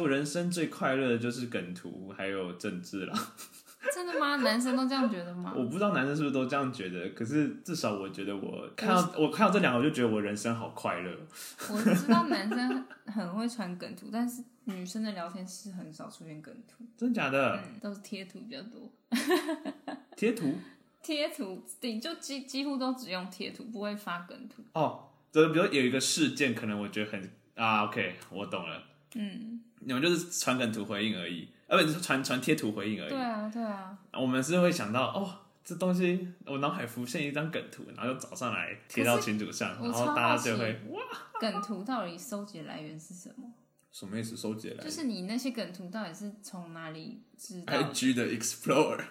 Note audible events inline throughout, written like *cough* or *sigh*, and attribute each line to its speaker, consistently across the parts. Speaker 1: 我人生最快乐的就是梗图还有政治
Speaker 2: *laughs*
Speaker 1: 了。
Speaker 2: 真
Speaker 1: *laughs*
Speaker 2: 的吗？男生都这样觉得吗？
Speaker 1: 我不知道男生是不是都这样觉得，可是至少我觉得我看到
Speaker 2: 嗯
Speaker 1: 我看到这两个，我就觉得我人生好快乐。
Speaker 2: 我知道男生很会传梗图，但是女生的聊天室很少出现梗图，
Speaker 1: 真假的？
Speaker 2: 嗯，都是贴图比较多。
Speaker 1: 贴图
Speaker 2: 贴图顶就几几乎都只用贴图，不会发梗图。
Speaker 1: 哦，就是比如有一个事件，可能我觉得很啊，OK，我懂了，
Speaker 2: 嗯，
Speaker 1: 你们就是传梗图回应而已，呃，不是传传贴图回应而已
Speaker 2: 对。啊，对啊。
Speaker 1: 我们是会想到哦，这东西我脑海浮现一张梗图，然后就找上来贴到群组上，
Speaker 2: 我
Speaker 1: 然后
Speaker 2: 超
Speaker 1: 大
Speaker 2: 好
Speaker 1: 家
Speaker 2: 奇欸
Speaker 1: 就会哇，
Speaker 2: 梗图到底收集来源是什么？
Speaker 1: 什么意思？收集来
Speaker 2: 就是你那些梗图到底是从哪里知道的？
Speaker 1: IG 的 Explorer。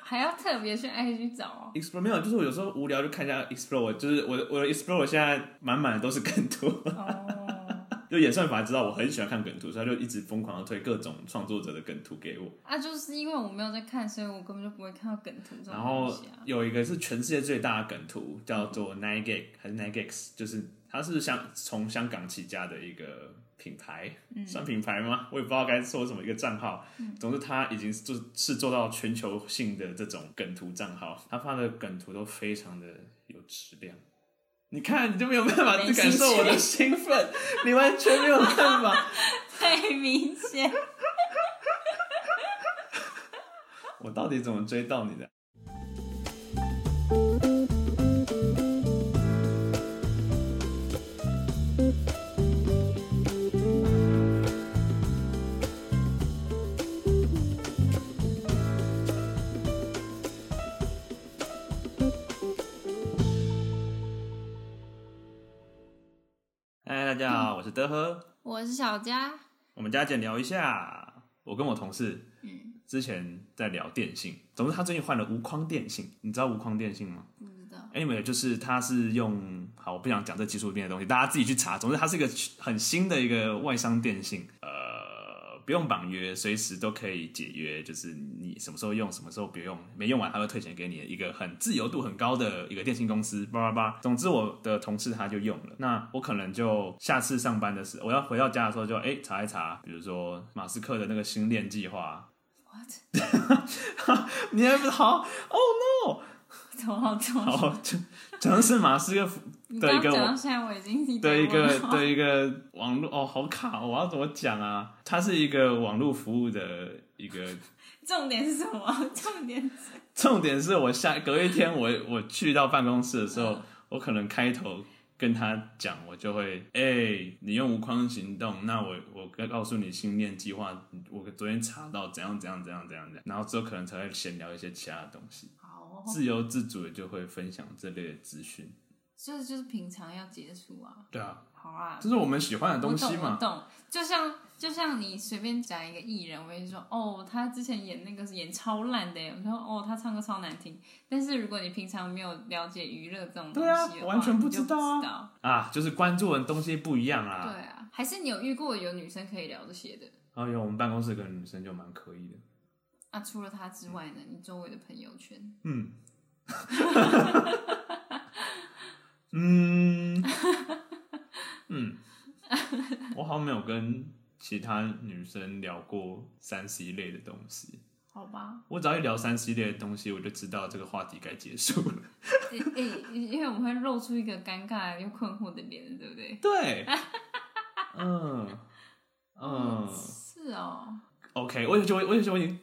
Speaker 2: 还要特别去 IG 找哦。
Speaker 1: Explore 没有，就是我有时候无聊就看一下 Explore，就是我的我的 Explore 现在满满的都是梗图， *laughs*
Speaker 2: 哦，
Speaker 1: 就演算法知道我很喜欢看梗图，所以他就一直疯狂的推各种创作者的梗图给我。
Speaker 2: 啊，就是因为我没有在看，所以我根本就不会看到梗图这种
Speaker 1: 然后
Speaker 2: 东西啊。嗯
Speaker 1: 有一个是全世界最大的梗图，叫做 Nine Gag 还是 Nine Gags，就是它是香从香港起家的一个品牌，
Speaker 2: 嗯
Speaker 1: 算品牌吗？我也不知道该说什么一个账号。总之，它已经是做是做到全球性的这种梗图账号，它发的梗图都非常的有质量。你看，你就没有办法
Speaker 2: 没兴趣
Speaker 1: 感受我的兴奋，你完全没有办法。
Speaker 2: 太明显。
Speaker 1: 我到底怎么追到你的？嗨，大家好，我是德和，
Speaker 2: 我是小佳，
Speaker 1: 我们加减聊一下。我跟我同事
Speaker 2: 嗯，
Speaker 1: 之前在聊电信，总之他最近换了无框电信，你知道无框电信吗
Speaker 2: 不知道。
Speaker 1: ？Anyway，就是它是用好，我不想讲这技术面的东西，大家自己去查。总之，它是一个很新的一个外商电信，呃，不用绑约，随时都可以解约，就是你什么时候用，什么时候不用，没用完它会退钱给你，一个很自由度很高的一个电信公司，叭叭叭。总之，我的同事他就用了，那我可能就下次上班的时候，我要回到家的时候就哎、诶查一查，比如说马斯克的那个星链计划，
Speaker 2: What？
Speaker 1: *laughs* 你还不好
Speaker 2: 怎么好重？
Speaker 1: 好，讲讲的是马斯克
Speaker 2: 你
Speaker 1: 对
Speaker 2: 刚
Speaker 1: 一个
Speaker 2: 刚
Speaker 1: 我
Speaker 2: 讲到现在，我已
Speaker 1: *laughs*
Speaker 2: 经一
Speaker 1: 的一个
Speaker 2: 头问号
Speaker 1: 的一个网络哦，好卡哦，我要怎么讲啊？它是一个网络服务的一个，
Speaker 2: 重点是什么？ *laughs* 重点是
Speaker 1: 重点是我下隔一天我我去到办公室的时
Speaker 2: 嗯
Speaker 1: 候，我可能开头跟他讲，我就会哎、你用无框行动，那我我跟告诉你心念计划，我昨天查到怎样怎样怎样怎样怎样，然后之后可能才会闲聊一些其他的东西，
Speaker 2: 好哦，
Speaker 1: 自由自主的就会分享这类的资讯。
Speaker 2: 就是就是平常要接触啊。
Speaker 1: 对啊，
Speaker 2: 好啊，
Speaker 1: 这是我们喜欢的
Speaker 2: 我
Speaker 1: 东西
Speaker 2: 懂我
Speaker 1: 嘛。
Speaker 2: 懂。就像就像你随便讲一个艺人，我跟你说哦，他之前演那个演超烂的耶，我说哦，他唱歌超难听。但是如果你平常没有了解娱乐这种东
Speaker 1: 对啊
Speaker 2: 西的话，
Speaker 1: 完全
Speaker 2: 你
Speaker 1: 不
Speaker 2: 就
Speaker 1: 知
Speaker 2: 不
Speaker 1: 道啊
Speaker 2: 知道。
Speaker 1: 啊，就是关注的东西不一样
Speaker 2: 对
Speaker 1: 啦。
Speaker 2: 啊，还是你有遇过有女生可以聊这些的
Speaker 1: 然后有我们办公室有个女生就蛮可以的，
Speaker 2: 啊？除了他之外呢，你周围的朋友圈，
Speaker 1: 嗯，嗯， *laughs* 嗯，我好像没有跟其他女生聊过三 C 类的东西。
Speaker 2: 好吧？
Speaker 1: 我只要一聊三 C 类的东西，我就知道这个话题该结束了。 *laughs*
Speaker 2: 诶、诶、因为我们会露出一个尴尬又困惑的脸，对不对？
Speaker 1: 对，嗯嗯
Speaker 2: 是哦，
Speaker 1: ，OK，我觉得我我觉得我已经，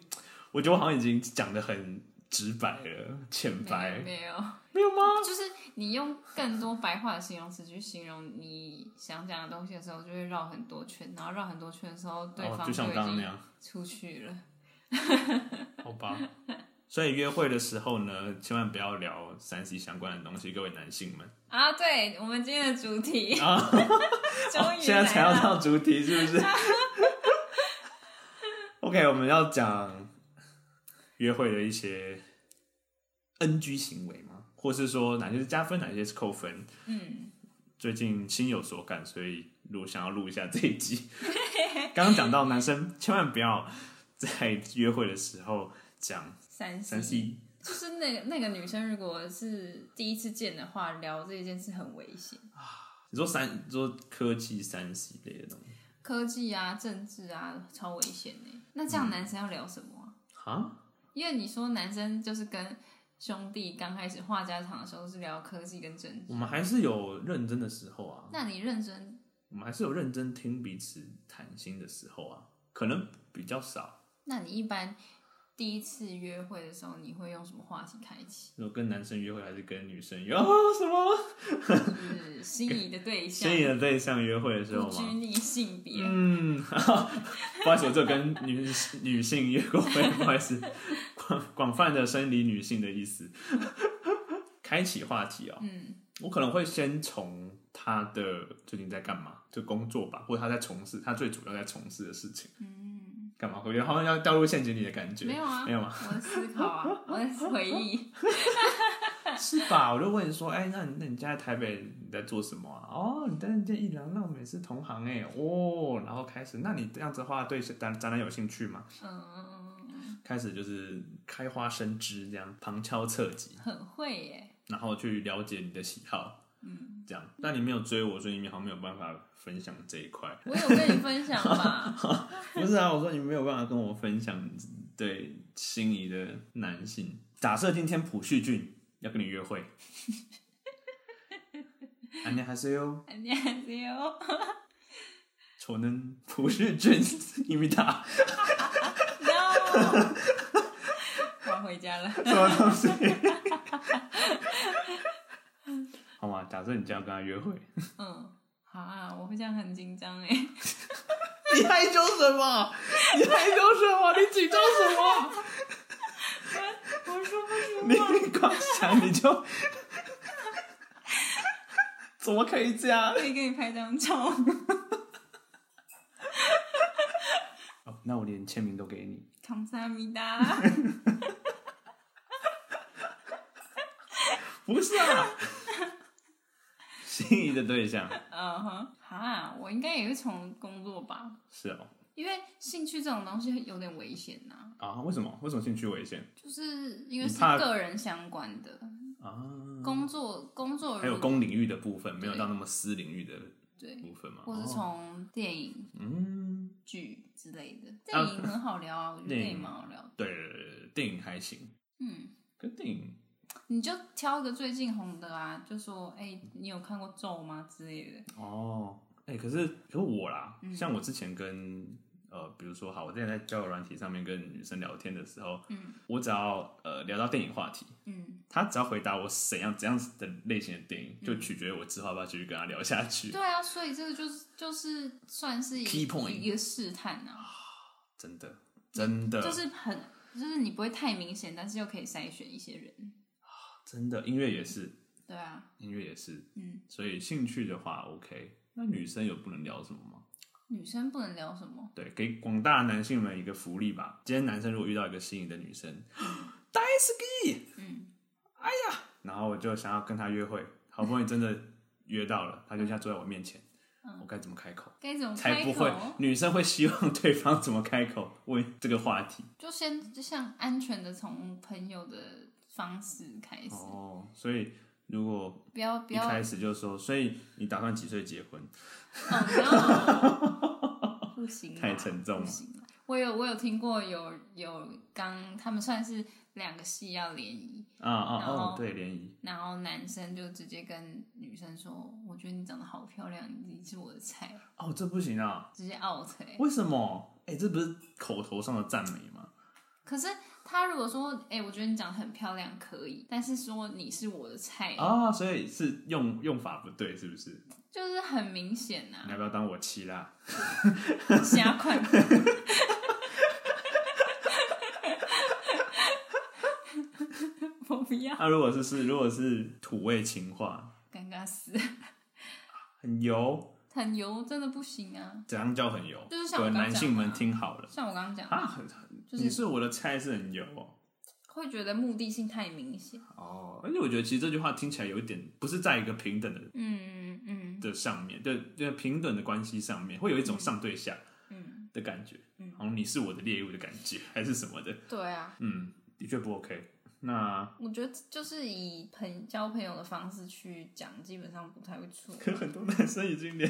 Speaker 1: 我觉得我好像已经讲的很直白了，浅
Speaker 2: 没
Speaker 1: 白
Speaker 2: 有。没有。 *laughs*
Speaker 1: 没有吗？
Speaker 2: 就是你用更多白话的形容词去形容你想讲的东西的时候，就会绕很多圈，然后绕很多圈的时候，对
Speaker 1: 哦，
Speaker 2: 方
Speaker 1: 就像
Speaker 2: 已
Speaker 1: 我刚刚那
Speaker 2: 经
Speaker 1: 样，
Speaker 2: 出去了。
Speaker 1: *laughs* 好吧。所以约会的时候呢，千万不要聊三 C 相关的东西，各位男性们。
Speaker 2: 啊，对，我们今天的主题，
Speaker 1: 啊
Speaker 2: *laughs* 终于、
Speaker 1: 哦
Speaker 2: 来
Speaker 1: 现在才要
Speaker 2: 了
Speaker 1: 到主题，是不是 *laughs* ？OK，我们要讲约会的一些 NG 行为吗？或是说哪些是加分，哪些是扣分？
Speaker 2: 嗯，
Speaker 1: 最近心有所感，所以录想要录一下这一集。刚刚讲到男生千万不要在约会的时候讲
Speaker 2: 三
Speaker 1: 三 C
Speaker 2: 就是那个那个女生，如果是第一次见的话，聊这件事很危险。
Speaker 1: 你说三，你说科技三 C 类的东西，
Speaker 2: 科技啊、政治啊，超危险呢、那这样男生要聊什么啊、
Speaker 1: 啊，
Speaker 2: 因为你说男生就是跟兄弟刚开始话家常的时候是聊科技跟政治，
Speaker 1: 我们还是有认真的时候啊，
Speaker 2: 那你认真
Speaker 1: 我们还是有认真听彼此谈心的时候啊，可能比较少。
Speaker 2: 那你一般第一次约会的时候，你会用什么话题开启？
Speaker 1: 如果跟男生约会还是跟女生约啊？ *laughs* 什么？
Speaker 2: 就是心仪的对象
Speaker 1: 先，的对象约会的时候
Speaker 2: 不拘
Speaker 1: 吗？
Speaker 2: 泥性别。
Speaker 1: 嗯， *laughs* 不好意思，我只有跟女女性约过会， *laughs* 不好意思，广广泛的生理女性的意思。 *laughs* 开启话题哦，
Speaker 2: 嗯，
Speaker 1: 我可能会先从他的最近在干嘛，就工作吧，或者他在从事他最主要在从事的事情，
Speaker 2: 嗯
Speaker 1: 干嘛？我觉得好像要掉入陷阱里的感觉，
Speaker 2: 没有啊，
Speaker 1: 没
Speaker 2: *laughs*
Speaker 1: 有吗？
Speaker 2: 我在思考啊， *laughs* 我在回忆。
Speaker 1: 是吧？我就问说，哎、那你那你家在台北你在做什么啊？哦，你在那间一郎，那我们也是同行哎、哦，然后开始，那你这样子的话，对展展览有兴趣吗？
Speaker 2: 嗯，
Speaker 1: 开始就是开花生枝，这样旁敲侧击，
Speaker 2: 很会耶。
Speaker 1: 然后去了解你的喜好，
Speaker 2: 嗯，
Speaker 1: 这样。但你没有追我，所以你好像没有办法分享这一块。
Speaker 2: 我有跟你分
Speaker 1: *laughs*
Speaker 2: 享吧？
Speaker 1: 不是啊，我说你没有办法跟我分享对心仪的男性。假设今天朴叙俊要跟你约 *laughs* 会，啊안녕하세요。
Speaker 2: 你还是有
Speaker 1: 저는보실준입니다。
Speaker 2: *laughs* no，我要回家了。
Speaker 1: 什么东 *laughs* 西？好嘛，假设你这样跟他约会，
Speaker 2: 嗯，好啊，我会这样很紧张哎。 *laughs*
Speaker 1: 你害羞什么？你害羞什么？你紧张什么？
Speaker 2: 我说不行，
Speaker 1: *laughs* 你光想你就， *laughs* 怎么可以这样？
Speaker 2: 可以给你拍张 *laughs* 照。
Speaker 1: 哦，那我连签名都给你。
Speaker 2: 康萨米达，
Speaker 1: 不是啊， *laughs* 心仪的对象
Speaker 2: 嗯哼，哈，我应该也会从工作吧，
Speaker 1: 是哦
Speaker 2: 因为兴趣这种东西有点危险呐、
Speaker 1: 啊？为什么？为什么兴趣危险
Speaker 2: 就是因为
Speaker 1: 你
Speaker 2: 是
Speaker 1: 怕
Speaker 2: 个人相关的
Speaker 1: 啊？
Speaker 2: 工作，工作
Speaker 1: 还有
Speaker 2: 如
Speaker 1: 公领域的部分，没有
Speaker 2: 对
Speaker 1: 到那么私领域的
Speaker 2: 对，
Speaker 1: 部分嘛？
Speaker 2: 或是
Speaker 1: 哦
Speaker 2: 从电影、
Speaker 1: 嗯，
Speaker 2: 剧之类的，
Speaker 1: 啊
Speaker 2: 电影很好聊啊，我觉得
Speaker 1: 电
Speaker 2: 电
Speaker 1: 影
Speaker 2: 影蛮好聊的。
Speaker 1: 对对对对电影还行，
Speaker 2: 嗯，
Speaker 1: 可电影
Speaker 2: 你就挑一个最近红的啊，就说哎、你有看过咒吗之类的。
Speaker 1: 哦，哎、可是可是我啦，
Speaker 2: 嗯
Speaker 1: 像我之前跟呃，比如说好，我之前在交友软体上面跟女生聊天的时候，
Speaker 2: 嗯
Speaker 1: 我只要呃聊到电影话题，
Speaker 2: 嗯，
Speaker 1: 她只要回答我怎样怎样的类型的电影，就取决于我之后要不要继续跟她聊下去。
Speaker 2: 对啊，所以这个就是就是算是一
Speaker 1: Key point
Speaker 2: 一个试探啊，
Speaker 1: 真的真的、
Speaker 2: 嗯就是很就是你不会太明显，但是又可以筛选一些人。
Speaker 1: 真的，音乐也是
Speaker 2: 对啊，
Speaker 1: 音乐也是，
Speaker 2: 嗯，
Speaker 1: 所以兴趣的话 OK。那女生有不能聊什么吗？
Speaker 2: 女生不能聊什么，
Speaker 1: 对，给广大男性们一个福利吧。今天男生如果遇到一个心仪的女生，大 S B，
Speaker 2: 嗯
Speaker 1: 然后我就想要跟她约会，好不容易真的约到了，她就现在坐在我面前，我该怎么开口？
Speaker 2: 该嗯怎么
Speaker 1: 才
Speaker 2: 开
Speaker 1: 不会
Speaker 2: 口，？
Speaker 1: 女生会希望对方怎么开口问这个话题。
Speaker 2: 就先就像安全的从朋友的方式开始，
Speaker 1: 哦，所以如果
Speaker 2: 不要不
Speaker 1: 一
Speaker 2: 要，
Speaker 1: 开始就说，所以你打算几岁结婚？
Speaker 2: 哦 no 不行啦，啊
Speaker 1: 太沉重了
Speaker 2: 不行啦我有我有听过有有刚他们算是两个系要联谊，
Speaker 1: 啊啊
Speaker 2: 然
Speaker 1: 哦
Speaker 2: 后，
Speaker 1: 对，联谊
Speaker 2: 然后男生就直接跟女生说：“我觉得你长得好漂亮，你是我的菜。
Speaker 1: 哦，这不行啊！”
Speaker 2: 直接 out 欸
Speaker 1: 为什么？哎、这不是口头上的赞美吗？
Speaker 2: 可是他如果说：“哎、我觉得你长得很漂亮，可以。”但是说你是我的菜，
Speaker 1: 啊、所以是用用法不对，是不是？
Speaker 2: 就是很明显呐、
Speaker 1: 你要不要当我妻啦？
Speaker 2: 瞎款。 *laughs* 我不要，
Speaker 1: 那、如果是是，如果是土味情话，
Speaker 2: 尴尬死，
Speaker 1: 很油，
Speaker 2: 很油真的不行啊！
Speaker 1: 怎样叫很油？
Speaker 2: 就是像
Speaker 1: 各
Speaker 2: 我
Speaker 1: 位
Speaker 2: 刚
Speaker 1: 男
Speaker 2: 讲
Speaker 1: 性们
Speaker 2: 的啊
Speaker 1: 听好了
Speaker 2: 像我刚刚讲的，
Speaker 1: 啊，很很
Speaker 2: 就是
Speaker 1: 你是我的菜是很油哦。
Speaker 2: 会觉得目的性太明显。
Speaker 1: 哦，而且我觉得其实这句话听起来有一点不是在一个平等的
Speaker 2: 嗯嗯
Speaker 1: 的上面，对对平等的关系上面，会有一种上对下
Speaker 2: 嗯，
Speaker 1: 的感觉，
Speaker 2: 嗯
Speaker 1: 好像你是我的猎物的感觉，还是什么的，
Speaker 2: 对啊，
Speaker 1: 嗯，的确不 OK。那
Speaker 2: 我觉得就是以朋交朋友的方式去讲，基本上不太会错。
Speaker 1: 可很多男生已经连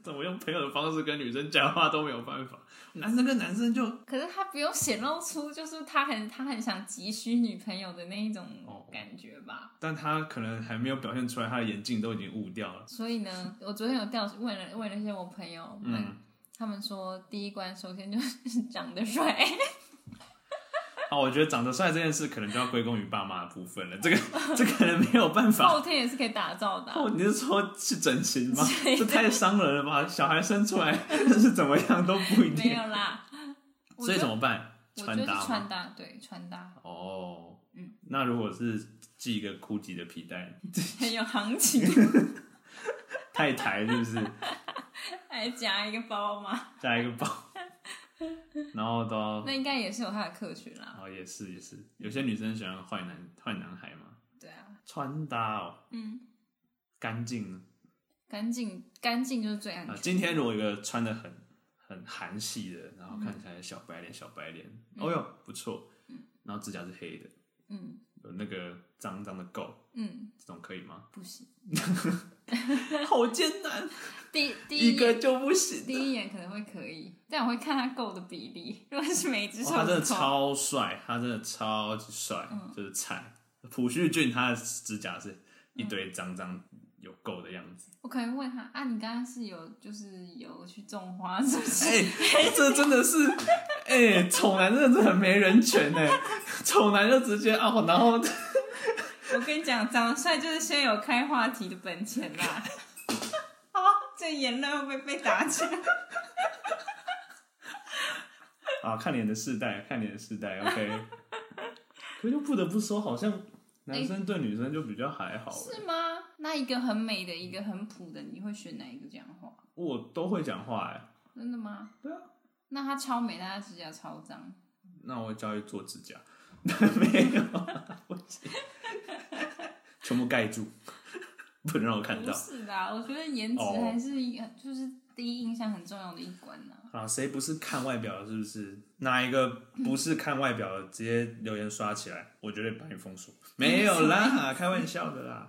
Speaker 1: 怎么用朋友的方式跟女生讲话都没有办法，男生跟男生就
Speaker 2: 可是他不用显露出就是他很他很想急需女朋友的那一种
Speaker 1: 哦
Speaker 2: 感觉吧。
Speaker 1: 但他可能还没有表现出来，他的眼镜都已经雾掉了。
Speaker 2: 所以呢，我昨天有调问了问了一些我朋友们，
Speaker 1: 嗯，
Speaker 2: 他们说第一关首先就是 *laughs* 长得帅，
Speaker 1: 啊，我觉得长得帅这件事可能就要归功于爸妈的部分了，这个这可能没有办法。
Speaker 2: 后天也是可以打造的啊、
Speaker 1: 哦，你是说是整形吗？
Speaker 2: 对
Speaker 1: 这太伤人了吧！小孩生出来 *laughs* 是怎么样都不一
Speaker 2: 没
Speaker 1: 定，
Speaker 2: 有啦。我
Speaker 1: 所以
Speaker 2: 觉
Speaker 1: 怎
Speaker 2: 得
Speaker 1: 么办？
Speaker 2: 我
Speaker 1: 穿
Speaker 2: 觉得
Speaker 1: 搭
Speaker 2: 是
Speaker 1: 吗
Speaker 2: 穿搭，对穿搭 *laughs*
Speaker 1: 哦，
Speaker 2: 嗯，
Speaker 1: 那如果是系一个 GUCCI 的皮带， *laughs*
Speaker 2: 很有行情，
Speaker 1: 太抬是不是？
Speaker 2: 还夹一个包嘛，
Speaker 1: 加一个包， *laughs* 然后都要
Speaker 2: 那应该也是有他的客群啦。
Speaker 1: 哦，也是也是，有些女生喜欢坏男坏男孩嘛，
Speaker 2: 对啊，
Speaker 1: 穿搭哦，
Speaker 2: 嗯，
Speaker 1: 干净呢
Speaker 2: 干净干净就是最安
Speaker 1: 啊。
Speaker 2: 全。
Speaker 1: 今天如果有一个穿的很很韩系的，然后看起来小白脸小白脸，哦哟不错，然后指甲是黑的，
Speaker 2: 嗯
Speaker 1: 有那个脏脏的垢，
Speaker 2: 嗯，
Speaker 1: 这种可以吗？
Speaker 2: 不行，
Speaker 1: *laughs* 好艰难， *laughs*
Speaker 2: 第第
Speaker 1: 一
Speaker 2: 一
Speaker 1: 个
Speaker 2: 眼
Speaker 1: 就不行
Speaker 2: 第。一眼可能会可以，但我会看他够的比例。如果是每只手
Speaker 1: 哇他哦
Speaker 2: 指头，
Speaker 1: 真的超帅，他真的超级帅，就是菜。朴叙俊他的指甲是一堆脏脏有垢的样子，
Speaker 2: 我可能问他啊，你刚刚是有就是有去种花是不是？ *laughs*
Speaker 1: 哎、这真的是，哎、丑男真的是很没人权哎、丑男就直接啊，然后
Speaker 2: 我跟你讲，长得帅就是先有开话题的本钱啦。 *laughs* 哦，这言论会不会被
Speaker 1: *laughs*
Speaker 2: 打起来？
Speaker 1: *laughs* 啊，看脸的世代，看脸的世代，OK。可就不得不说，好像男生对女生就比较还好、欸，
Speaker 2: 是吗？那一个很美的，一个很普的，你会选哪一个讲话？
Speaker 1: 我都会讲话哎、
Speaker 2: 真的吗？
Speaker 1: 对啊。
Speaker 2: 那她超美，但她指甲超脏。
Speaker 1: 那我教你做指甲， *laughs* 没有，不行，全部盖住，不能让我看
Speaker 2: 不
Speaker 1: 到
Speaker 2: 是的啊，我觉得颜值
Speaker 1: 哦
Speaker 2: 还是一个就是第一印象很重要的一关呢、
Speaker 1: 啊！谁不是看外表的？是不是？哪一个不是看外表的？直接留言刷起来，我绝对把你封锁。没有啦，
Speaker 2: *laughs*
Speaker 1: 开玩笑的啦。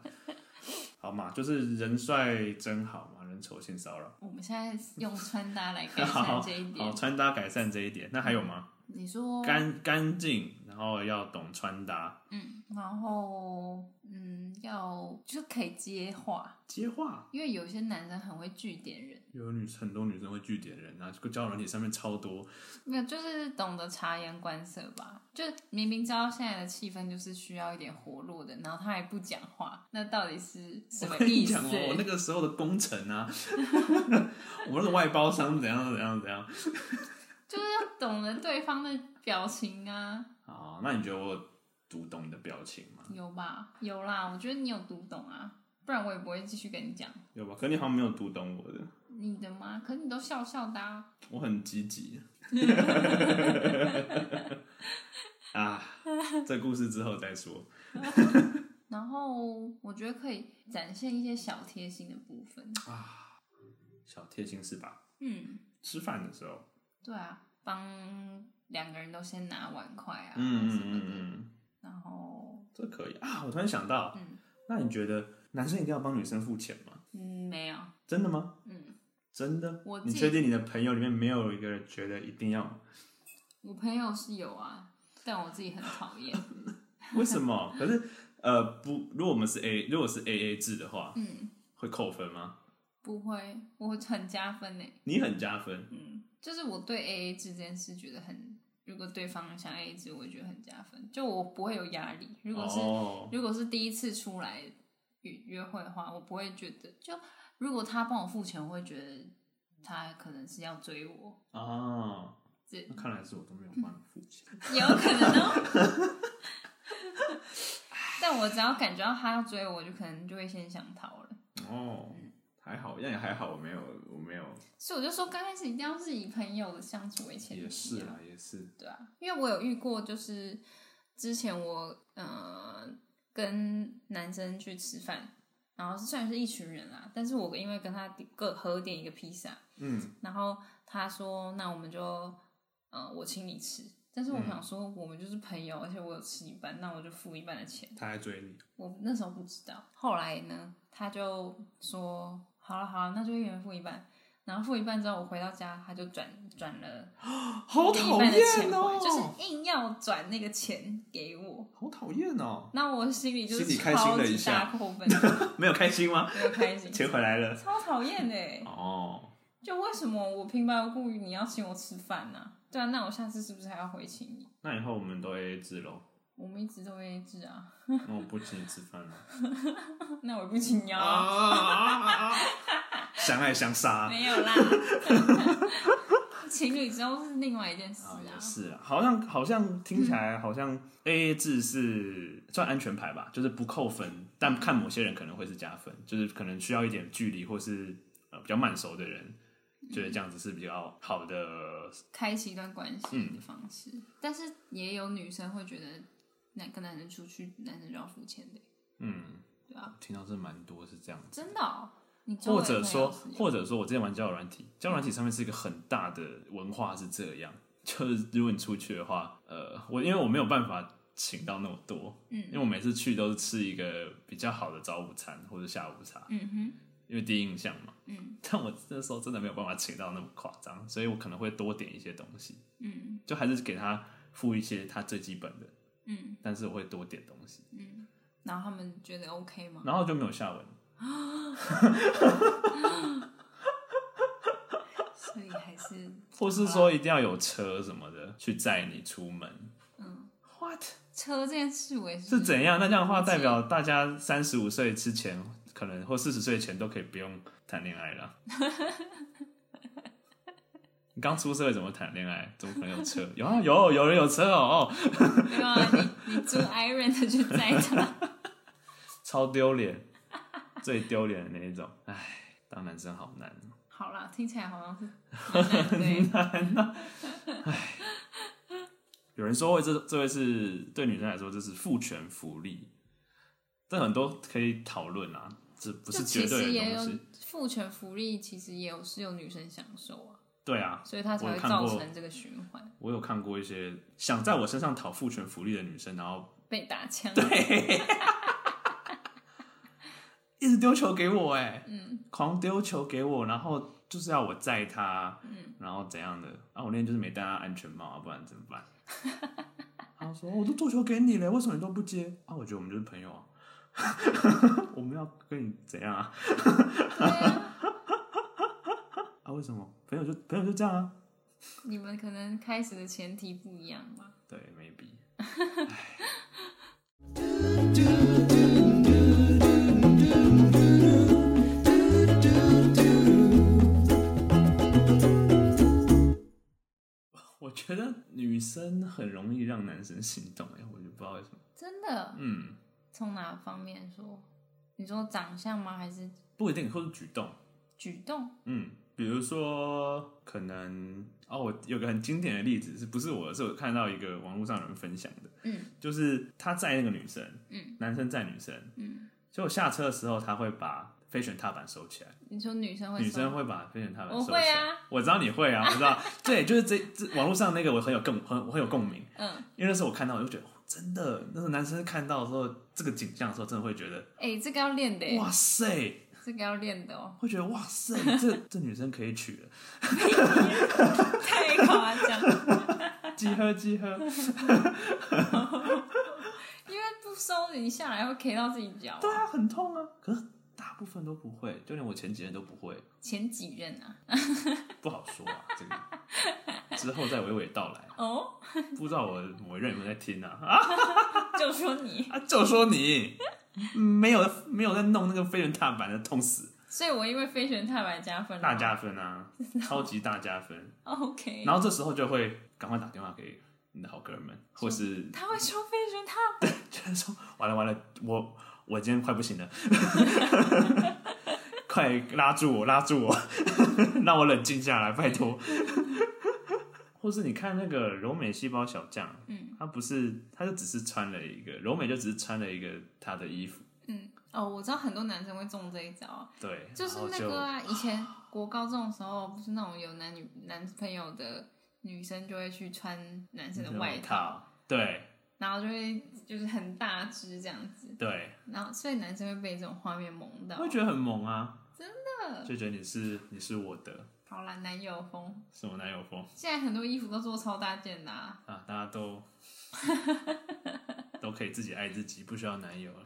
Speaker 1: 好嘛，就是人帅真好嘛，人丑性骚扰。
Speaker 2: 我们现在用穿搭来改
Speaker 1: 好好
Speaker 2: 善这一
Speaker 1: 好，
Speaker 2: 点。嗯
Speaker 1: 穿搭改善这一点，那还有吗？
Speaker 2: 你说
Speaker 1: 干干净，然后要懂穿搭，
Speaker 2: 嗯，然后嗯，要就是可以接话，
Speaker 1: 接话。
Speaker 2: 因为有些男生很会据点人，
Speaker 1: 有女很多女生会据点人啊，这个交友软体上面超多，
Speaker 2: 没有就是懂得察言观色吧。就明明知道现在的气氛就是需要一点活络的，然后他还不讲话，那到底是什么
Speaker 1: 我跟你
Speaker 2: 意思？
Speaker 1: 讲哦，我那个时候的工程啊， *laughs* 我们那个外包商怎样怎样怎样。
Speaker 2: 就是要懂得对方的表情啊，
Speaker 1: 哦，那你觉得我有读懂你的表情吗？
Speaker 2: 有吧？有啦，我觉得你有读懂啊，不然我也不会继续跟你讲
Speaker 1: 有吧？可你好像没有读懂我的，
Speaker 2: 你的吗？可你都笑笑的、啊，
Speaker 1: 我很积极。啊，这故事之后再说。
Speaker 2: 然后我觉得可以展现一些小贴心的部分。
Speaker 1: 小贴心是吧？
Speaker 2: 嗯，
Speaker 1: 吃饭的时候，
Speaker 2: 对啊，帮两个人都先拿碗筷啊，
Speaker 1: 嗯嗯
Speaker 2: 什么
Speaker 1: 嗯
Speaker 2: 的。
Speaker 1: 嗯，
Speaker 2: 然后，
Speaker 1: 这可以啊！我突然想到，
Speaker 2: 嗯
Speaker 1: 那你觉得男生一定要帮女生付钱吗？
Speaker 2: 嗯，没有，
Speaker 1: 真的吗？
Speaker 2: 嗯，
Speaker 1: 真的？
Speaker 2: 我
Speaker 1: 你
Speaker 2: 自己
Speaker 1: 确定你的朋友里面没有一个人觉得一定要？
Speaker 2: 我朋友是有啊，但我自己很讨 *laughs* 厌。
Speaker 1: 为什么？可是呃，不，如果我们是 A，如果是 A A 制的话，
Speaker 2: 嗯，
Speaker 1: 会扣分吗？
Speaker 2: 不会，我很加分呢、
Speaker 1: 你很加分，
Speaker 2: 嗯，就是我对 A A 制这件事觉得很，如果对方想 A A 制，我会觉得很加分，就我不会有压力。如果是、
Speaker 1: 哦，
Speaker 2: 如果是第一次出来约约会的话，我不会觉得就如果他帮我付钱，我会觉得他可能是要追我，
Speaker 1: 哦，
Speaker 2: 这
Speaker 1: 那看来是我都没有帮你付钱。
Speaker 2: 有可能哦。 *laughs* 但我只要感觉到他要追我，我就可能就会先想逃了。
Speaker 1: 哦，还好，那也还好，我没有，我没有，
Speaker 2: 所以我就说，刚开始一定要是以朋友的相处为前提、啊。
Speaker 1: 也是啊，也是，
Speaker 2: 对啊，因为我有遇过，就是之前我呃跟男生去吃饭，然后虽然是一群人啦，但是我因为跟他各合点一个披萨，
Speaker 1: 嗯，
Speaker 2: 然后他说那我们就呃我请你吃但是我
Speaker 1: 嗯
Speaker 2: 想说，我们就是朋友，而且我有吃一半，那我就付一半的钱。
Speaker 1: 他还追你，
Speaker 2: 我那时候不知道，后来呢，他就说好了好了，那就一人付一半。然后付一半之后，我回到家，他就转转了
Speaker 1: 好
Speaker 2: 另
Speaker 1: 讨
Speaker 2: 一半的钱
Speaker 1: 厌
Speaker 2: 回来，
Speaker 1: 哦，
Speaker 2: 就是硬要转那个钱给我。
Speaker 1: 好讨厌哦， *laughs*
Speaker 2: 那我心里就是
Speaker 1: 心里开心
Speaker 2: 超
Speaker 1: 了一
Speaker 2: 级
Speaker 1: 下
Speaker 2: 大扣分，
Speaker 1: 没有开心吗？
Speaker 2: 没有开
Speaker 1: *laughs*
Speaker 2: 心，
Speaker 1: 钱回来了，
Speaker 2: 超讨厌的欸。
Speaker 1: 哦，
Speaker 2: 就为什么我平白无故你要请我吃饭呢、对啊，那我下次是不是还要回请你？
Speaker 1: 那以后我们都 A A 制喽，
Speaker 2: 我们一直都 A A 制啊，
Speaker 1: 那我不请你吃饭
Speaker 2: *laughs*
Speaker 1: 了，
Speaker 2: 那我也不请你
Speaker 1: 啊
Speaker 2: 啊，
Speaker 1: 啊啊啊！相爱相杀，
Speaker 2: 没
Speaker 1: *laughs*
Speaker 2: 有啦。 *laughs* 情侣之后是另外一件事
Speaker 1: 啊，
Speaker 2: 啊
Speaker 1: 也，是啊，好像好像听起来好像 A A 制是算安全牌吧，就是不扣分，
Speaker 2: 嗯
Speaker 1: 但看某些人可能会是加分，就是可能需要一点距离或是呃比较慢熟的人，
Speaker 2: 嗯
Speaker 1: 觉得这样子是比较好的。
Speaker 2: 开启一段关系
Speaker 1: 嗯
Speaker 2: 的方式。但是也有女生会觉得，男跟男生出去，男生就要付钱的，
Speaker 1: 嗯，
Speaker 2: 对啊，
Speaker 1: 听到是蛮多是这样子，
Speaker 2: 真的哦、你周围
Speaker 1: 或者说
Speaker 2: 朋友啊是有
Speaker 1: 或者说我之前玩交友软体，交友软体上面是一个很大的文化是这样，就是如果你出去的话，呃，我因为我没有办法请到那么多，因为
Speaker 2: 嗯
Speaker 1: 我每次去都是吃一个比较好的早午餐或者下午茶。
Speaker 2: 嗯哼
Speaker 1: 因为第一印象嘛。
Speaker 2: 嗯
Speaker 1: *laughs* 但我那时候真的没有办法请到那么夸张，所以我可能会多点一些东西，
Speaker 2: 嗯
Speaker 1: 就还是给他付一些他最基本的，
Speaker 2: 嗯
Speaker 1: 但是我会多点东西，
Speaker 2: 嗯，然后他们觉得 OK 吗？
Speaker 1: 然后就没有下文。
Speaker 2: 所以还是
Speaker 1: 或
Speaker 2: 啊
Speaker 1: 是说一定要有车什么的去载你出门。
Speaker 2: 嗯
Speaker 1: What
Speaker 2: 车这件事，我也是
Speaker 1: 是怎样？那这样的话，
Speaker 2: 理解
Speaker 1: 代表大家三十五岁之前，可能或四十岁前都可以不用谈恋爱
Speaker 2: *laughs*
Speaker 1: 了。你刚出社会怎么谈恋爱？怎么可能有车？有啊，有有人有车哦，哦
Speaker 2: 没有啊，你你租 Iron 的去载他， *laughs*
Speaker 1: 超丢脸，最丢脸的那一种。唉，当男生好难哦，
Speaker 2: 好啦，听起来好像是蛮难欸对，
Speaker 1: 有人说会这这会是对女生来说就是父权福利，这很多可以讨论啊，这 *laughs* 不
Speaker 2: 就是其
Speaker 1: 绝
Speaker 2: 实
Speaker 1: 对
Speaker 2: 也
Speaker 1: 的东
Speaker 2: 有
Speaker 1: 西。
Speaker 2: 父权福利，其实也有是有女生享受啊，
Speaker 1: 对啊，
Speaker 2: 所以他才
Speaker 1: 我
Speaker 2: 会
Speaker 1: 看
Speaker 2: 造
Speaker 1: 过
Speaker 2: 成这个循环，
Speaker 1: 我有看过一些想在我身上讨父权福利的女生，然后
Speaker 2: 被打枪。
Speaker 1: *laughs* 一直丢球给我、哎，
Speaker 2: 嗯，
Speaker 1: 狂丢球给我，然后就是要我载她，
Speaker 2: 嗯，
Speaker 1: 然后怎样的？啊，我那天就是没戴她安全帽啊，不然怎么办？ *laughs* 他说：“哦我都做球给你了，为什么你都不接？”啊，我觉得我们就是朋友啊， *laughs* 我们要跟你怎样啊？
Speaker 2: 对啊，
Speaker 1: 啊，为什么朋友就朋友就这样啊？
Speaker 2: 你们可能开始的前提不一样吧。
Speaker 1: 对，maybe。我觉得女生很容易让男生心动、哎，我就不知道为什么。
Speaker 2: 真的，
Speaker 1: 嗯，
Speaker 2: 从哪方面说？你说长相吗？还是
Speaker 1: 不一定，或是举动。
Speaker 2: 举动？
Speaker 1: 嗯，比如说，可能哦，我有个很经典的例子，是不是我是我看到一个网络上有人分享的，
Speaker 2: 嗯
Speaker 1: 就是他载那个女生，
Speaker 2: 嗯
Speaker 1: 男生载女生，
Speaker 2: 嗯，
Speaker 1: 结果下车的时候他会把飞旋踏板收起来，
Speaker 2: 你说女生会
Speaker 1: 女
Speaker 2: 收
Speaker 1: 生会把飞旋踏板收
Speaker 2: 我
Speaker 1: 起
Speaker 2: 会
Speaker 1: 来。
Speaker 2: 啊
Speaker 1: 我知道你会啊，我知
Speaker 2: *laughs*
Speaker 1: 道，对，就是这这网络上那个我很有共很我很有共鸣，
Speaker 2: 嗯，
Speaker 1: 因为那时候我看到我就觉得。哦真的，那时候男生看到的时候，这个景象的时候，真的会觉得，
Speaker 2: 哎、这个要练的耶，
Speaker 1: 哇塞，
Speaker 2: 这个要练的哦， *laughs*
Speaker 1: 会觉得哇塞，这 *laughs* 这女生可以娶了。
Speaker 2: 太夸张了，
Speaker 1: 集合集合，
Speaker 2: 因为不收你下来会 K 到自己脚、
Speaker 1: 对，啊，很痛啊。可是大部分都不会，就连我前几任都不会，
Speaker 2: 前几任啊，
Speaker 1: 不好说啊。这个之后再娓娓道来，
Speaker 2: 哦，
Speaker 1: 不知道我某一任有没有在听啊？啊，
Speaker 2: 就说你，
Speaker 1: 啊就说你没有没有在弄那个飞人踏板的，痛死，
Speaker 2: 所以我因为飞旋太白加分了，哦
Speaker 1: 大加分啊，超级大加分。
Speaker 2: OK，
Speaker 1: 然后这时候就会赶快打电话给你的好哥们，或是 *laughs*
Speaker 2: 他会说飞旋踏板，
Speaker 1: 就是说完了完了，我我今天快不行了，快拉住我，拉住我， *laughs* 让我冷静下来，拜托。或是你看那个柔美细胞小将，
Speaker 2: 嗯
Speaker 1: 他不是，他就只是穿了一个柔美，就只是穿了一个他的衣服，
Speaker 2: 嗯，哦，我知道很多男生会中这一招啊，
Speaker 1: 对，
Speaker 2: 就是
Speaker 1: 然后
Speaker 2: 那个啊，以前国高中的时候，不是那种有男女男朋友的女生就会去穿男生的
Speaker 1: 那种
Speaker 2: 外套，
Speaker 1: 套，对
Speaker 2: 然后就会就是很大只这样子，
Speaker 1: 对，
Speaker 2: 然后所以男生会被这种画面萌到
Speaker 1: 会，觉得很萌啊，
Speaker 2: 真
Speaker 1: 的就觉得你是你是我的
Speaker 2: 好啦，男友风。
Speaker 1: 什么男友风
Speaker 2: 现在很多衣服都做超大件的、啊， *laughs*
Speaker 1: 啊，大家都都可以自己爱自己，不需要男友了。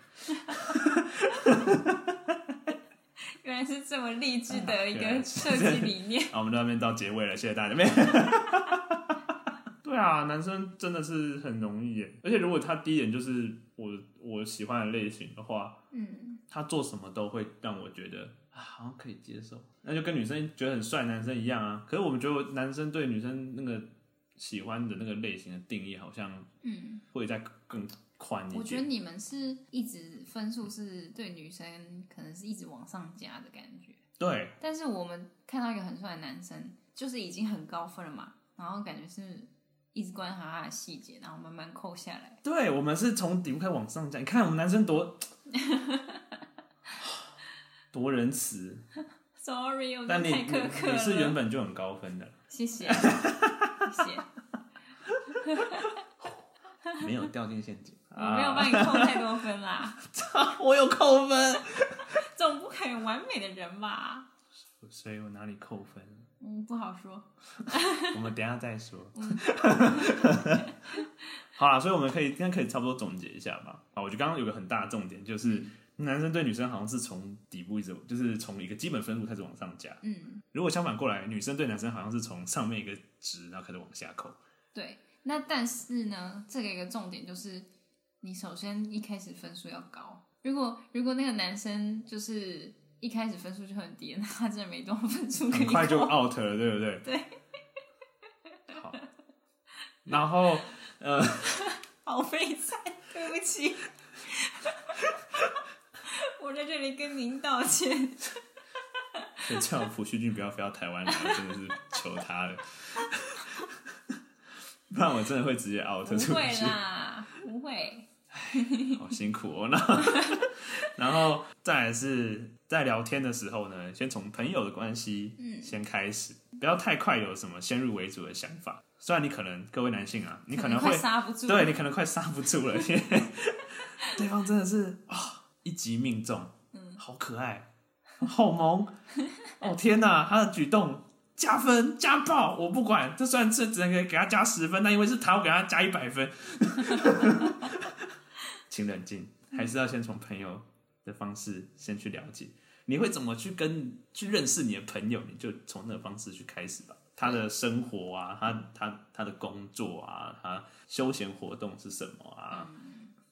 Speaker 2: 原来是这么励志的 *laughs* 一
Speaker 1: 原来
Speaker 2: 个
Speaker 1: 是
Speaker 2: 设计理 *laughs* 念。
Speaker 1: 好，我们到那边到结尾了，谢谢大家。没 *laughs* 对啊，男生真的是很容易耶，而且如果他第一眼就是我我喜欢的类型的话，
Speaker 2: 嗯，
Speaker 1: 他做什么都会让我觉得啊，好像可以接受。那就跟女生觉得很帅的男生一样啊。可是我们觉得男生对女生那个喜欢的那个类型的定义，好像
Speaker 2: 嗯，
Speaker 1: 会再更宽一点。
Speaker 2: 我觉得你们是一直分数是对女生可能是一直往上加的感觉，
Speaker 1: 对
Speaker 2: 但是我们看到一个很帅的男生，就是已经很高分了嘛，然后感觉是一直观察他的细节，然后慢慢扣下来。
Speaker 1: 对，我们是从底部开始往上讲。你看我们男生
Speaker 2: *laughs*
Speaker 1: 多多仁慈，
Speaker 2: Sorry，我
Speaker 1: 但
Speaker 2: 们
Speaker 1: 你
Speaker 2: 太苛刻
Speaker 1: 你
Speaker 2: 了。
Speaker 1: 你是原本就很高分的，
Speaker 2: 谢谢，
Speaker 1: *laughs*
Speaker 2: 谢谢，
Speaker 1: 没有掉进陷阱。
Speaker 2: 我没有帮你扣太多分啦，
Speaker 1: 啊，我有扣分，
Speaker 2: 总不可能完美的人吧？
Speaker 1: *laughs* 所以我哪里扣分了？
Speaker 2: 嗯，不好说。
Speaker 1: 我们等一下再说。
Speaker 2: 嗯
Speaker 1: *laughs* 好啦，所以我们可以应该可以差不多总结一下吧。啊，我觉得刚刚有个很大的重点就是，
Speaker 2: 嗯
Speaker 1: 男生对女生好像是从底部一直就是从一个基本分数开始往上加，
Speaker 2: 嗯，
Speaker 1: 如果相反过来，女生对男生好像是从上面一个值，然后开始往下扣。
Speaker 2: 对。那但是呢，这个一个重点就是，你首先一开始分数要高。如果如果那个男生就是一开始分数就很低，那他真的没多少分数可以
Speaker 1: 很快就
Speaker 2: 扣
Speaker 1: out 了，对不对？对。好，然后
Speaker 2: *laughs* 好悲惨，对不起，我在这里跟您
Speaker 1: *laughs*
Speaker 2: 道歉。
Speaker 1: 所以叫朴叙俊不要飞到台湾来，我真的是求他了， *laughs* 不然我真的会直接 out
Speaker 2: 不
Speaker 1: 出去。
Speaker 2: 会啦，不会。
Speaker 1: 好辛苦 *laughs* 哦。然后， *laughs* 然后再来是在聊天的时候呢，先从朋友的关系
Speaker 2: 嗯
Speaker 1: 先开始，不要太快有什么先入为主的想法。虽然你可能各位男性啊，你可能会
Speaker 2: 快刹不住。
Speaker 1: 对你可能快刹不住了，因为对方真的是啊、一击命中，嗯，好可爱，好萌，哦天哪，他的举动加分加爆，我不管，这虽然这只能给给他加十分，但因为是他，我给他加一百分，请冷静，还是要先从朋友的方式先去了解。你会怎么去跟去认识你的朋友？你就从那个方式去开始吧。他的生活啊，他他他的工作啊，他休闲活动是什么啊？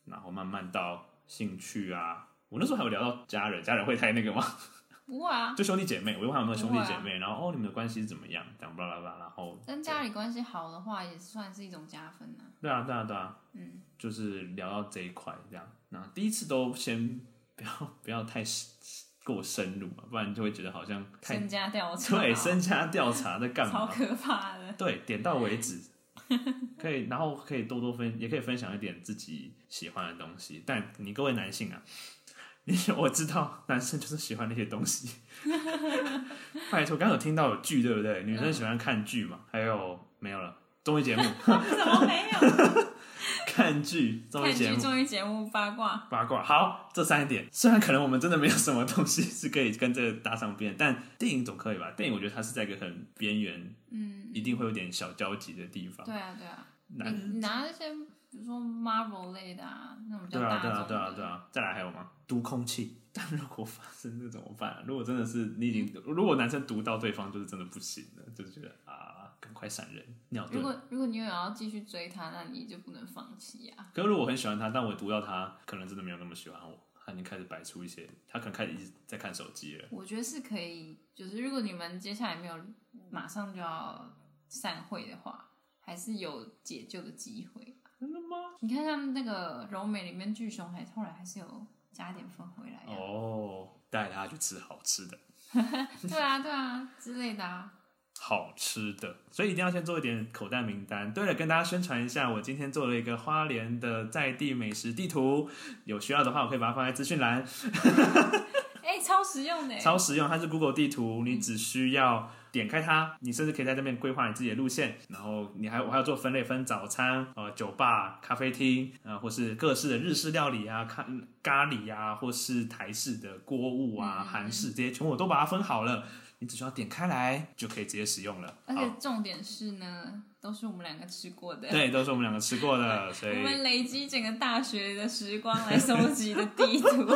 Speaker 1: 然后慢慢到兴趣啊。我那时候还有聊到家人，家人会太那个吗？ *laughs*
Speaker 2: 不会啊，
Speaker 1: 就兄弟姐妹，我又问他有没有兄弟姐
Speaker 2: 不
Speaker 1: 妹，然后哦，你们的关系是怎么样？这样巴拉巴拉，然后
Speaker 2: 跟家里关系好的话，也算是一种加分呐、
Speaker 1: 对啊对啊对啊，
Speaker 2: 嗯，
Speaker 1: 就是聊到这一块这样。那第一次都先不要不要太过深入嘛，不然就会觉得好像太
Speaker 2: 身家调查。
Speaker 1: 对身家调查在干
Speaker 2: 超
Speaker 1: 嘛？
Speaker 2: 可怕的。 *laughs*
Speaker 1: 对，点到为止。 *laughs* 可以，然后可以多多分，也可以分享一点自己喜欢的东西。但你各位男性啊，你 *laughs* 我知道男生就是喜欢那些东西。 *laughs* 拜托，刚刚有听到有剧对不对？女生喜欢看剧嘛，还有没有了？综艺节目 *laughs*
Speaker 2: 怎么没有？
Speaker 1: 看剧，综艺
Speaker 2: 看
Speaker 1: 节
Speaker 2: 剧
Speaker 1: 目啊
Speaker 2: 综艺节目八卦，
Speaker 1: 八卦，好，这三点虽然可能我们真的没有什么东西是可以跟这个搭上边，但电影总可以吧？电影我觉得它是在一个很边缘，
Speaker 2: 嗯，
Speaker 1: 一定会有点小交集的地方。
Speaker 2: 对啊对啊，
Speaker 1: 男
Speaker 2: 你你拿那些比如说 Marvel 类的啊，那种比
Speaker 1: 对
Speaker 2: 较大
Speaker 1: 啊，
Speaker 2: 众
Speaker 1: 对
Speaker 2: 的，
Speaker 1: 啊，对啊，对啊。再来还有吗？读空气， *laughs* 但如果发生这怎么办、啊？如果真的是你已经，如果男生读到对方，就是真的不行了，就是觉得啊，赶快闪人，尿
Speaker 2: 如
Speaker 1: 遁。
Speaker 2: 果如果你有要继续追他，那你就不能放弃啊。
Speaker 1: 可是如果我很喜欢他，但我读到他，可能真的没有那么喜欢我，他已经开始摆出一些，他可能开始一直在看手机了。
Speaker 2: 我觉得是可以，就是如果你们接下来没有
Speaker 1: 嗯
Speaker 2: 马上就要散会的话，还是有解救的机会。
Speaker 1: 真的吗？
Speaker 2: 你看像那个柔美里面巨熊还后来还是有加点分回来、啊，
Speaker 1: 哦，带他去吃好吃的，
Speaker 2: 对啊对啊之类的啊。
Speaker 1: 好吃的，所以一定要先做一点口袋名单。对了，跟大家宣传一下，我今天做了一个花莲的在地美食地图，有需要的话，我可以把它放在资讯栏。
Speaker 2: 哎、超实用的，
Speaker 1: 超实用，它是 Google 地图，你只需要点开它，你甚至可以在那边规划你自己的路线，然后你还我还要做分类，分早餐、呃酒吧、咖啡厅，啊，或是各式的日式料理啊、咖咖喱啊，或是台式的锅物
Speaker 2: 嗯
Speaker 1: 啊、韩式这些，全部我都把它分好了，你只需要点开来就可以直接使用了。
Speaker 2: 而
Speaker 1: 好
Speaker 2: 且重点是呢，都是我们两个吃过的。
Speaker 1: 对，都是我们两个吃过的，所
Speaker 2: 我
Speaker 1: 以
Speaker 2: 们累积整个大学的时光来收集的地图， *laughs*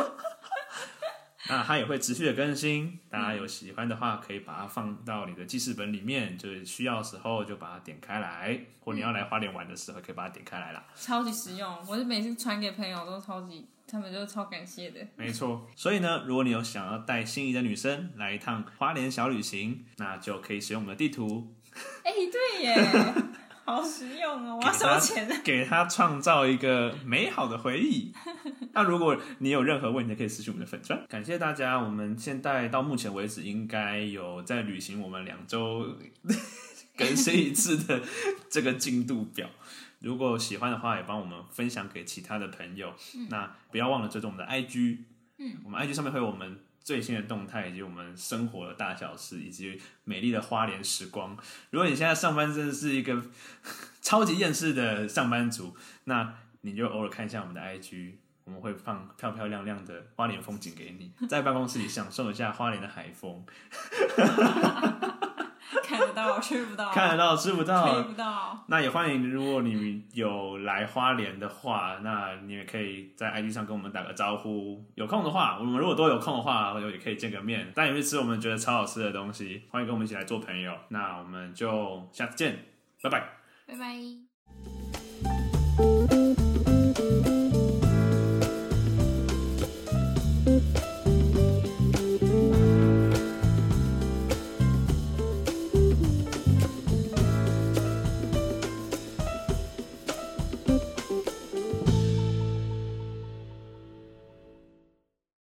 Speaker 1: 那它也会持续的更新，大家有喜欢的话，可以把它放到你的记事本里面，就是需要的时候就把它点开来，或你要来花莲玩的时候，可以把它点开来啦。
Speaker 2: 超级实用。我是每次传给朋友都超级，他们就超感谢的。
Speaker 1: 没错，所以呢，如果你有想要带心仪的女生来一趟花莲小旅行，那就可以使用我们的地图，
Speaker 2: 哎、对耶，
Speaker 1: *laughs*
Speaker 2: 好实用哦！我
Speaker 1: 给
Speaker 2: 要收
Speaker 1: 她
Speaker 2: 钱了。
Speaker 1: 给她创造一个美好的回忆。 *laughs* 那如果你有任何问题，可以私信我们的粉砖。感谢大家，我们现在到目前为止应该有在履行我们两周 *laughs* 更新一次的这个进度表。如果喜欢的话，也帮我们分享给其他的朋友。那不要忘了追踪我们的 IG，
Speaker 2: 嗯，
Speaker 1: 我们 IG 上面会有我们最新的动态，以及我们生活的大小事，以及美丽的花莲时光。如果你现在上班真的是一个超级厌世的上班族，那你就偶尔看一下我们的 IG。我们会放漂漂亮亮的花莲风景给你，在办公室里享受一下花莲的海风，
Speaker 2: 看得到，吃不到，
Speaker 1: 看得到吃不到
Speaker 2: 吹，不到。
Speaker 1: 那也欢迎，如果你有来花莲的话，那你也可以在 IG 上跟我们打个招呼。有空的话，我们如果都有空的话，也可以见个面，带你去吃我们觉得超好吃的东西。欢迎跟我们一起来做朋友。那我们就下次见，拜拜。
Speaker 2: 拜拜。